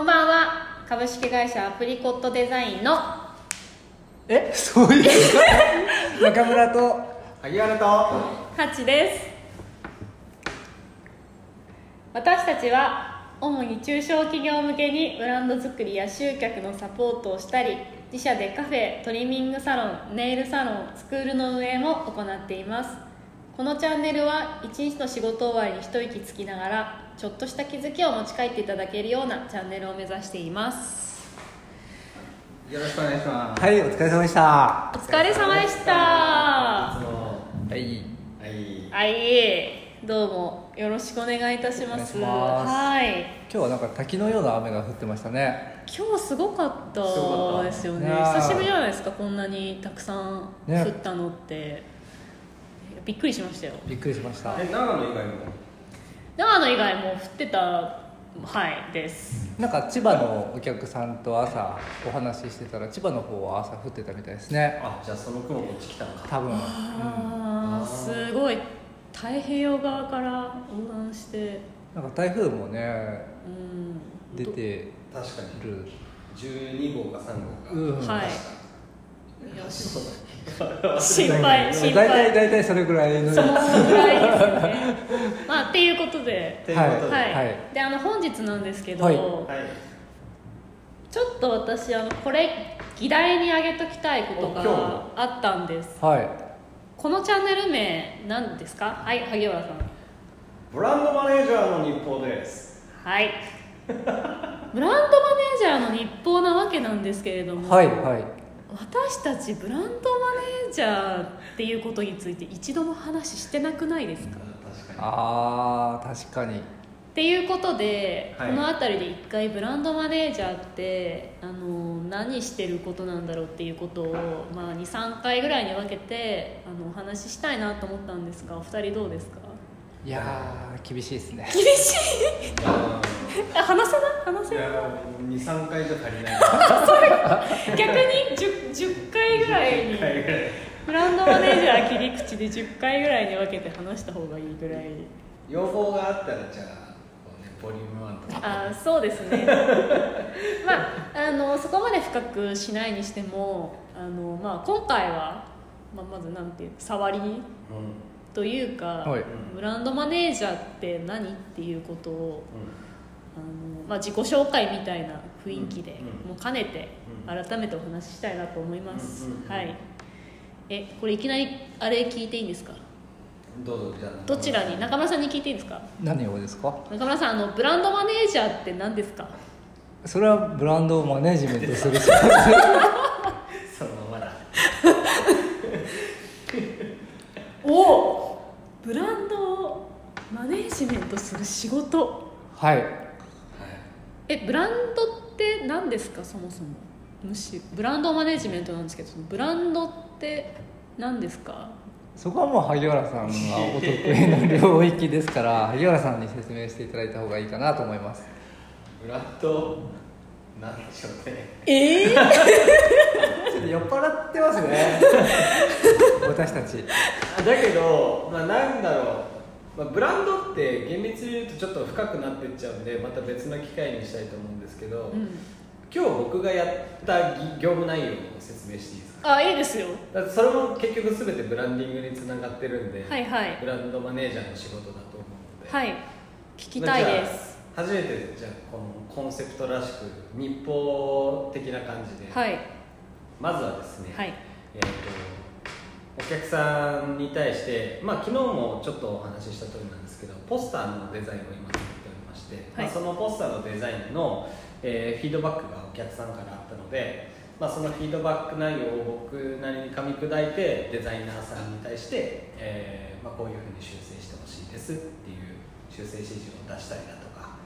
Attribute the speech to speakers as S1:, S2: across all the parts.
S1: んばんは株式会社アプリコットデザインの
S2: え そういうこと中村と
S3: 萩原と
S1: ハチです私たちは主に中小企業向けにブランド作りや集客のサポートをしたり自社でカフェトリミングサロンネイルサロンスクールの運営も行っていますこのチャンネルは一日の仕事終わりに一息つきながらちょっとした気づきを持ち帰っていただけるようなチャンネルを目指しています
S3: よろしくお願いします
S2: はいお疲れ様でした
S1: お疲れ様でした
S3: いつも
S2: はい
S3: はい
S1: はいどうもよろしくお願いいたします
S2: お願いします
S1: はい
S2: 今日はなんか滝のような雨が降ってましたね
S1: 今日すごかった
S3: すごかった
S1: ですよね
S2: いやー
S1: 久しぶりじゃないですかこんなにたくさん
S2: ね
S1: 降ったのって、びっくりしましたよ
S2: びっくりしました
S3: え長野以外も
S1: 長野以外も降ってたはいです
S2: なんか千葉のお客さんと朝お話ししてたら千葉の方は朝降ってたみたいですね
S3: あじゃあその雲こっち来たのか
S2: 多分
S1: ああすごい太平洋側から横断して
S2: なんか台風もね
S1: うん
S2: 出て
S3: 確かに
S2: る
S3: 12号か3号
S2: う
S3: か
S2: ん
S1: はいいや
S3: 走る
S1: 心配心
S2: 大体
S1: 配
S2: 大体それぐらいの
S1: そのぐらいですねまあっていうことで
S3: ということで
S1: はい、
S2: はい
S1: であの本日なんですけど、
S2: はい
S3: はい
S1: ちょっと私あのこれ議題に挙げときたいことが
S3: お今日も
S1: あったんです
S2: はい
S1: このチャンネル名何ですかはい萩原さん
S3: ブランドマネージャーの日報です
S1: はい ブランドマネージャーの日報なわけなんですけれども、
S2: はいはい
S1: 私たちブランドマネージャーっていうことについて一度も話してなくないですか、っ
S3: 確
S2: あー確かに
S1: ていうことで、
S3: はい
S1: この辺りで一回ブランドマネージャーってあの何してることなんだろうっていうことを、まあ、23回ぐらいに分けてあのお話ししたいなと思ったんですがお二人どうですか
S2: いやー厳しいですね
S1: 厳しい
S3: か
S1: あ話せない話せ
S3: にい
S1: ない
S3: や23回じゃ足りない
S1: 逆に 10, 10回ぐらいに
S3: 回ぐらい
S1: ブランドマネージャー切り口で10回ぐらいに分けて話した方がいいぐらい
S3: 要望があったらじゃあこうねボリューム1とか
S1: あーそうです ねまああのそこまで深くしないにしてもあの、まあ、今回は、まあ、まずなんていう触り
S3: う
S1: というか、
S2: はい
S1: ブランドマネージャーって何っていうことを
S3: んうん
S1: あの、まあ、自己紹介みたいな雰囲気で、
S3: うん
S1: もう兼ねて
S3: うん
S1: 改めてお話ししたいなと思います、
S3: うんうんうん
S1: はいえこれいきなりあれ聞いていいんですか
S3: どうぞじゃあ
S1: どちらに中村さんに聞いていいんですか
S2: 何をですか
S1: 中村さんあのブランドマネージャーって何ですか
S2: それはブランドをマネジメントするし
S3: そのままだ
S1: おブランドをマネージメントする仕事
S2: はい
S1: えブランドって何ですかそもそもむしろブランドマネージメントなんですけどそのブランドって何ですか
S2: そこはもう萩原さんがお得意の領域ですから萩原さんに説明していただいた方がいいかなと思います
S3: ブラッドなんでしょうね
S1: ええ
S2: ちょっと酔っ払ってますね私たち
S3: だけど、まあ、なんだろう、まあ、ブランドって厳密に言うとちょっと深くなってっちゃうんでまた別の機会にしたいと思うんですけど、
S1: うん、
S3: 今日僕がやったぎ業務内容を説明していいですか
S1: あいいですよ
S3: だってそれも結局全てブランディングにつながってるんで、
S1: はいはい
S3: ブランドマネージャーの仕事だと思うので、
S1: はい聞きたいです、
S3: まあじゃあ初めてじゃあこのコンセプトらしく日報的な感じで、
S1: はい
S3: まずはですね、
S1: はい
S3: えーとお客さんに対して、まあ、昨日もちょっとお話しした通りなんですけどポスターのデザインを今作っておりまして、
S1: はい
S3: まあ、そのポスターのデザインの、えーフィードバックがお客さんからあったので、まあ、そのフィードバック内容を僕なりに噛み砕いてデザイナーさんに対して、えーまあ、こういうふうに修正してほしいですっていう修正指示を出したりだとか、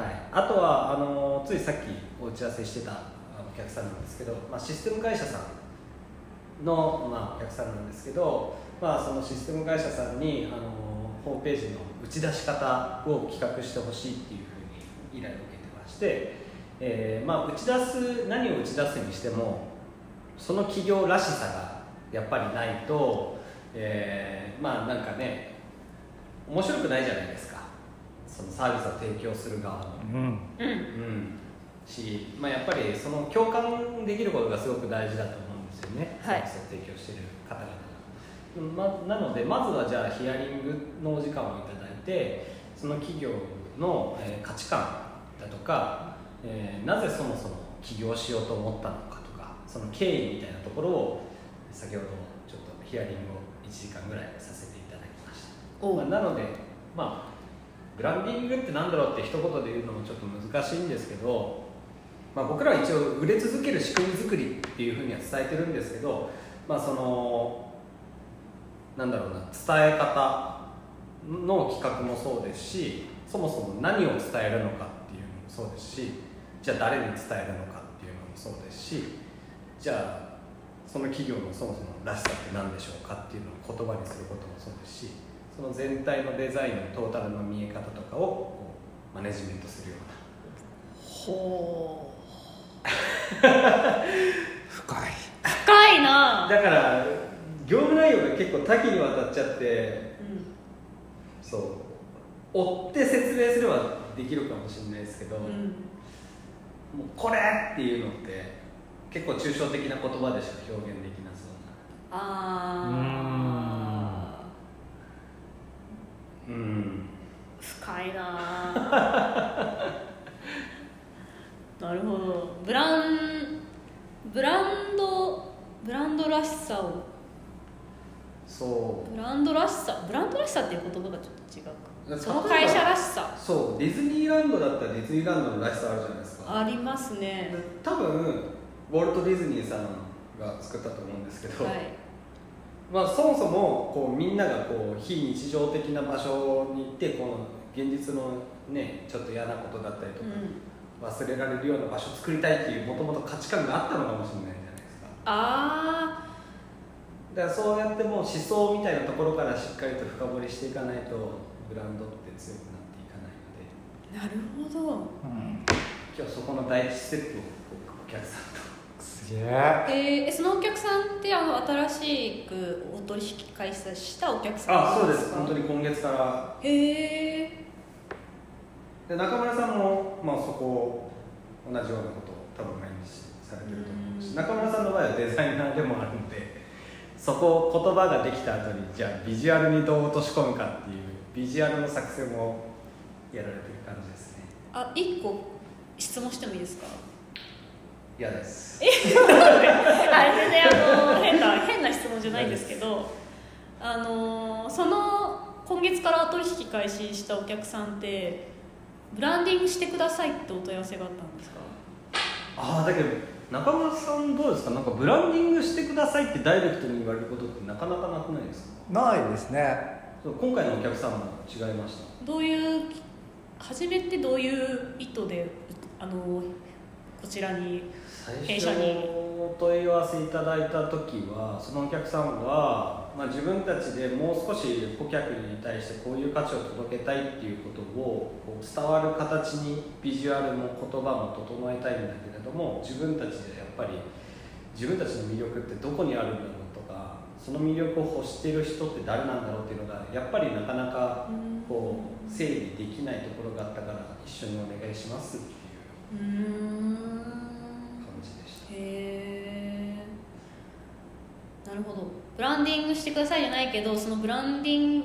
S3: はい、あとはあのついさっきお打ち合わせしてたあのお客さんなんですけど、まあ、システム会社さんの、まあ、お客さんなんですけど、まあ、そのシステム会社さんにあのホームページの打ち出し方を企画してほしいっていうふうに依頼を受けてまして、えーまあ、打ち出す何を打ち出すにしてもその企業らしさがやっぱりないと、えーまあなんかね面白くないじゃないですかそのサービスを提供する側の。
S2: うん
S1: うん
S3: うん、し、まあ、やっぱりその共感できることがすごく大事だと思うんですよね、
S1: はい
S3: サービスを提供している方々がうんまなのでまずはじゃあヒアリングのお時間をいただいてその企業の、えー価値観だとか、えーなぜそもそも起業しようと思ったのかとかその経緯みたいなところを先ほどちょっとヒアリングを1時間ぐらいさせていただきました。
S1: おう
S3: まあなので、まあ、ブランディングってなんだろうって一言で言うのもちょっと難しいんですけど、まあ、僕らは一応売れ続ける仕組み作りっていうふうには伝えてるんですけど、まあ、そのなんだろうな伝え方の企画もそうですしそもそも何を伝えるのかっていうのもそうですしじゃあ誰に伝えるのかっていうのもそうですしじゃあその企業のそもそもらしさって何でしょうかっていうのを言葉にすることもそうですしその全体のデザインのトータルの見え方とかをこうマネジメントするような
S1: ほう深
S2: 深い。
S1: いな
S3: だから業務内容が結構多岐にわたっちゃってそう追って説明すればできるかもしれないですけど、
S1: うん、う、
S3: もうんこれっていうのって結構抽象的な言葉でしか表現できなそう
S1: ああ
S3: なうん
S1: 深いなあ なるほどブランブランドブランドらしさを
S3: そう
S1: ブランドらしさブランドらしさっていう言葉がちょっと違う
S3: 例えば
S1: かその会社らしさ
S3: そうディズニーランドだったらディズニーランドのらしさあるじゃないですか
S1: ありますね
S3: 多分ウォルト・ディズニーさんが作ったと思うんですけど、
S1: はい
S3: まあ、そもそもこうみんながこう非日常的な場所に行ってこの現実の、ね、ちょっと嫌なことだったりと
S1: う
S3: か、
S1: ん
S3: 忘れられるような場所を作りたいっていうもともと価値観があったのかもしれないじゃないですか
S1: あ
S3: だからそうやってもう思想みたいなところからしっかりと深掘りしていかないとブランドって強くなっていかないので
S1: あなるほど
S2: うん。
S3: 今日そこの第一ステップをこうお客さんと
S2: すげえ。
S1: えー、そのお客さんってあの新しくお取引開始したお客さんなんか
S3: 本当に今月から
S1: へえ
S3: で中村さんも、まあ、そこ同じようなことを多分毎日されてると思うし
S1: うん
S3: 中村さんの場合はデザイナーでもあるんでそこを言葉ができた後にじゃあビジュアルにどう落とし込むかっていうビジュアルの作成もやられてる感じですね
S1: あ一個質問してもいいですか
S3: 嫌です
S1: あ全然あの変な変な質問じゃないんですけどあのその今月から取引開始したお客さんってブランディングしてくださいってお問い合わせがあったんですか
S3: ああだけど中村さんどうですかなんかブランディングしてくださいってダイレクトに言われることってなかなかなくないですか
S2: ないですね。
S3: そう今回のお客さんも違いました
S1: どういう初めってどういう意図であのこちらに
S3: 最
S1: 弊
S3: 初
S1: 社に
S3: お問い合わせいただいた時はそのお客さんは、まあ、自分たちでもう少し顧客に対してこういう価値を届けたいっていうことをこう伝わる形にビジュアルも言葉も整えたいんだけれども自分たちでやっぱり自分たちの魅力ってどこにあるんだろうとかその魅力を欲してる人って誰なんだろうっていうのがやっぱりなかなかこう整理できないところがあったから一緒にお願いしますっていう
S1: うーん
S3: 感じでした。
S1: へえなるほどブランディングしてくださいじゃないけどそのブランディン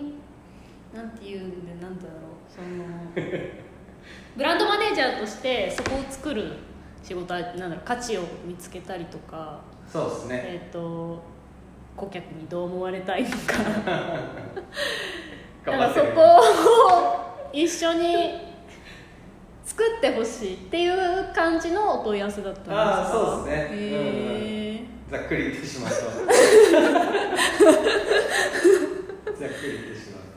S1: グなんていうんでなんだろうその ブランドマネージャーとしてそこを作る仕事はなんだろう価値を見つけたりとか
S3: そうですね、
S1: えっ、と顧客にどう思われたいのかだからそ
S3: 頑張って
S1: こを一緒に作ってほしいっていう感じのお問い合わせだったんですか
S3: あーそうですね
S1: へー
S3: るざっくり言ってしまうとざっくり言ってし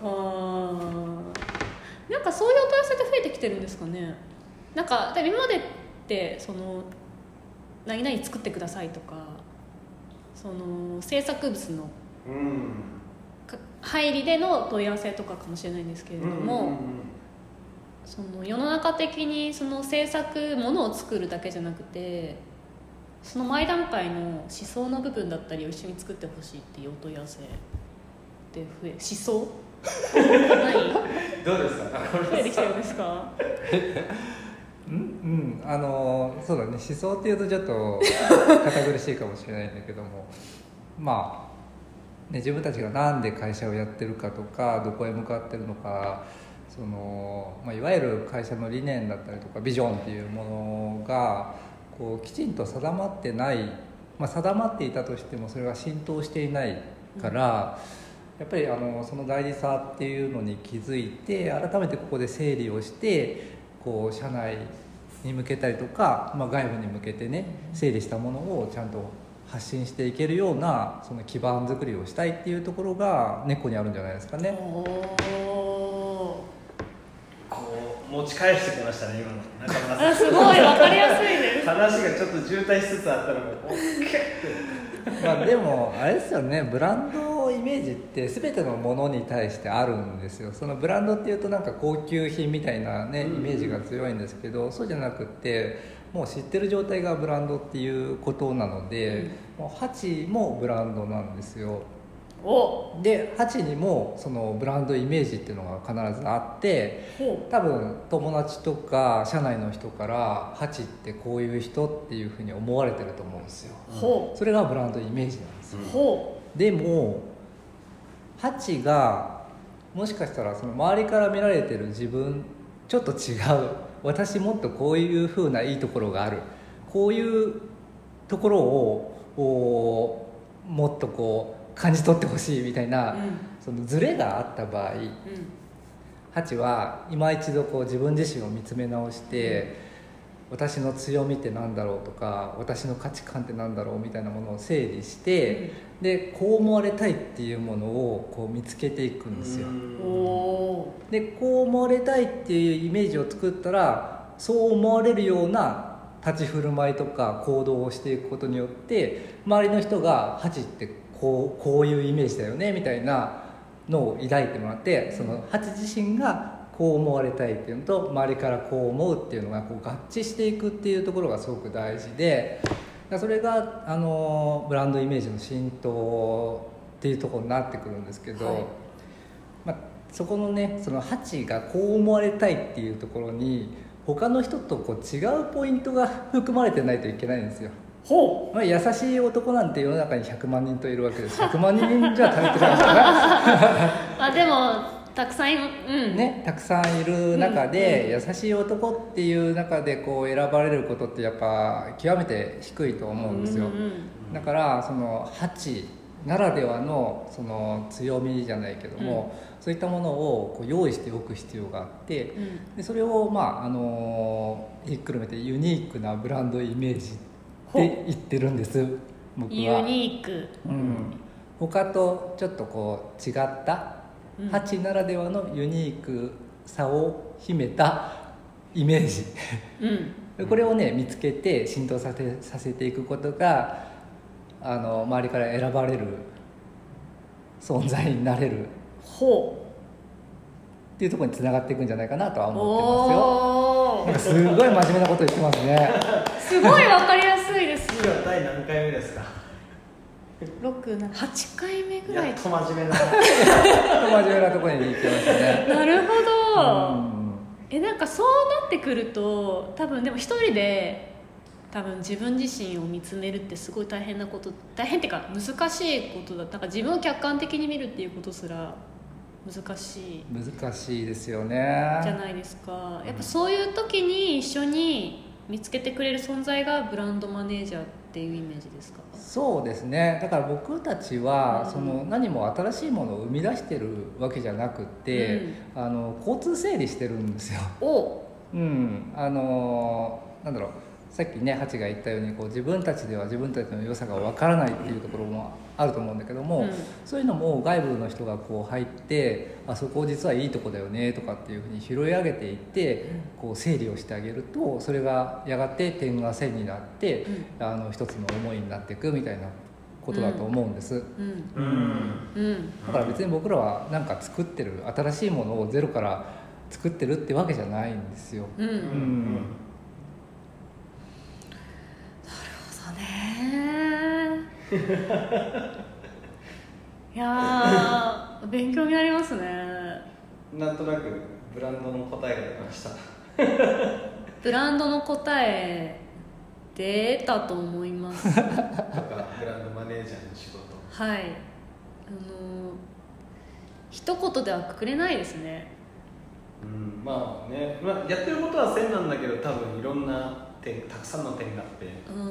S3: まう
S1: あーなんかそういうお問い合わせって増えてきてるんですかねなんかでも今までってその何々作ってくださいとかその制作物の
S3: とうん
S1: か入りでの問い合わせとかかもしれないんですけれども、
S3: うんうん
S1: その世の中的にその制作ものを作るだけじゃなくてその前段階の思想の部分だったりを一緒に作ってほしいっていうお問い合わせって増え思想 何
S3: うんどうですか中村
S1: 増えてきてるんですか
S2: うん、あのそうだね思想っていうとちょっと堅苦しいかもしれないんだけどもまあ、ね、自分たちがなんで会社をやってるかとかどこへ向かってるのかその、まあ、いわゆる会社の理念だったりとかビジョンっていうものがこうきちんと定まってない、まあ、定まっていたとしてもそれが浸透していないから。やっぱりあのその大事さっていうのに気づいて改めてここで整理をしてこう社内に向けたりとか、まあ、外部に向けてね整理したものをちゃんと発信していけるようなその基盤作りをしたいっていうところが根っこにあるんじゃないですかね。
S1: おー
S3: こう持ち返してきましたね今の中村さ
S1: あ
S3: ん
S1: すごいわかりやすいです
S3: 話がちょっと渋滞しつつあったのもおっけ
S2: まあでもあれですよねブランドイメージって全てのものに対してあるんですよそのブランドっていうとなんか高級品みたいなねイメージが強いんですけどそうじゃなくってもう知ってる状態がブランドっていうことなので、もうハチもブランドなんですよ
S1: お
S2: でハチにもそのブランドイメージっていうのが必ずあって
S1: ほ
S2: 多分友達とか社内の人からハチってこういう人っていうふうに思われてると思うんですよ
S1: うほ
S2: それがブランドイメージなんです
S1: うほ
S2: でもハチがもしかしたらその周りから見られてる自分ちょっと違う私もっとこういうふうないいところがあるこういうところをおーもっとこう感じ取ってほしいみたいうな、
S1: うん
S2: そのズレがあった場合ハチは今一度こう自分自身を見つめ直して、私の強みって何だろうとか私の価値観って何だろうみたいなものを整理して、でこう思われたいっていうものをこう見つけていくんですよ
S1: うんおー
S2: でこう思われたいっていうイメージを作ったらそう思われるような立ち振る舞いとか行動をしていくことによって周りの人が「ハチってこうこういうイメージだよね」みたいなのを抱いてもらってそのハチ自身がこう思われたいっていうのと周りからこう思うっていうのがこう合致していくっていうところがすごく大事でだからそれがあのブランドイメージの浸透っていうところになってくるんですけど。
S1: はい
S2: まあ、そこのねそのハチがこう思われたいっていうところに他の人とこう違うポイントが含まれてないといけないんですよ、
S1: ほ
S2: まあ、優しい男なんて世の中に100万人といるわけです100万人じゃ足りてないから
S1: うあでもたくさんいうん
S2: ねたくさんいる中で優しい男っていう中でこう選ばれることってやっぱ極めて低いと思うんですよ、
S1: ん
S2: だからそのハチならではのその強みじゃないけども、そういったものをこう用意しておく必要があって
S1: うんうん
S2: でそれをまああのひっくるめてユニークなブランドイメージって言ってるんです僕
S1: ユ
S2: は、
S1: ニーク
S2: うん、他とちょっとこう違った、
S1: うん
S2: ハチならではのユニークさを秘めたイメージ
S1: うん
S2: でこれをね見つけて浸透させさせていくことがあの周りから選ばれる存在になれるっ
S1: ほ
S2: ていうところにつながっていくんじゃないかなとは
S1: う
S2: 思
S1: お
S2: って
S1: ー
S2: ますよなんかすごい真面目なこと言ってますね
S1: すごいわかりやすいです
S3: 今第何回目ですか
S1: 678回目ぐら
S3: や
S1: い
S3: っと真面目な
S2: ちょっと真面目なところに行きましたね
S1: なるほ
S2: う
S1: ど、
S2: ん
S1: えなんかそうなってくると多分でも一人で多分自分自身を見つめるってすごい大変なこと大変っていうか難しいことだなんか自分を客観的に見るっていうことすら難しい
S2: 難しいですよ
S1: じゃ
S2: ね
S1: ないですかやっぱそういう時に一緒に見つけてくれる存在がブランドマネージャーっていうイメージですか
S2: そうですねだから僕たちは
S1: うん
S2: その何も新しいものを生み出してるわけじゃなくて、あの交通整理してるんですよ
S1: お
S2: うん、あのーなんだろうさっきねハチが言ったようにこう自分たちでは自分たちの良さがわからないっていうところもあると思うんだけども、
S1: うん
S2: そういうのも外部の人がこう入ってあそこ実はいいとこだよねとかっていうふうに拾い上げていってこう整理をしてあげるとそれがやがて点が線になってあの一つの思いになっていくみたいなことだと思うんで
S1: う
S2: す。
S1: ん
S3: うん
S1: うん
S2: だから別に僕らはなんか作ってる新しいものをゼロから作ってるってわけじゃないんですよ。
S1: うん、
S3: うん
S1: なるほどね いやー勉強になりますね
S3: うんなんとなくブランドの答えが出ました
S1: ブランドの答え出たと思います
S3: とかブランドマネージャーの仕事
S1: はいあの一言ではくくれないですね
S3: うんまあね、まあ、やってることは線なんだけど多分いろんな点たくさんの点があって、うん
S1: うんな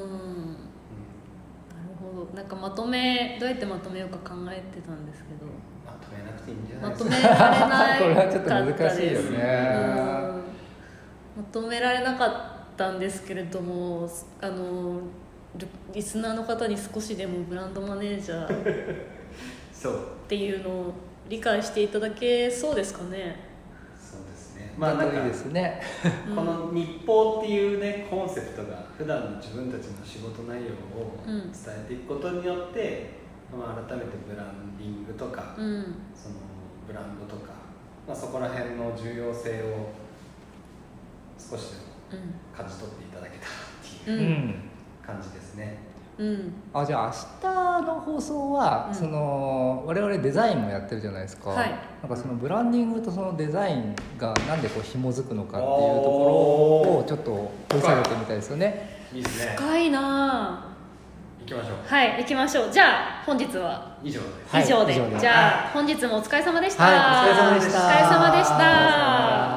S1: るほどなんかまとめどうやってまとめようか考えてたんですけど
S3: まとめなくていいんじゃな
S1: ま
S3: いです
S1: と
S3: か、
S1: められなかったです
S2: これはちょっと難しいよね
S1: うんまとめられなかったんですけれどもあのリリスナーの方に少しでもブランドマネージャーっ
S3: そう
S1: ていうのを理解していただけそうですかね
S3: そうですね
S2: ま
S3: まあなん
S2: あ、い
S3: か
S2: いですね
S1: うん
S3: この日報っていうねコンセプトが普段の自分たちの仕事内容を
S1: うん
S3: 伝えていくことによって、まあ、改めてブランディングとか、
S1: うん
S3: そのブランドとか、まあ、そこら辺の重要性を少しでも感じ取っていただけたらって
S1: う
S3: いうん
S2: うん
S3: 感じですね、
S1: うんうん
S2: あじゃあ明日の放送は、
S1: うん
S2: その我々デザインもやってるじゃないですか、
S1: はい
S2: なんかそのブランディングとそのデザインがなんでこう紐づくのかっていうところをちょっと掘り下げてみたいですよね
S3: いいですね
S1: 深いなあ
S3: 行きましょう
S1: はい行きましょうじゃあ本日は
S3: 以上です
S2: はい
S1: 以上で,、
S2: 以上で
S1: じゃあ本日もお疲れ様でした、
S2: はいお疲れ様でした
S1: お疲れ様でした
S2: お疲れ様でした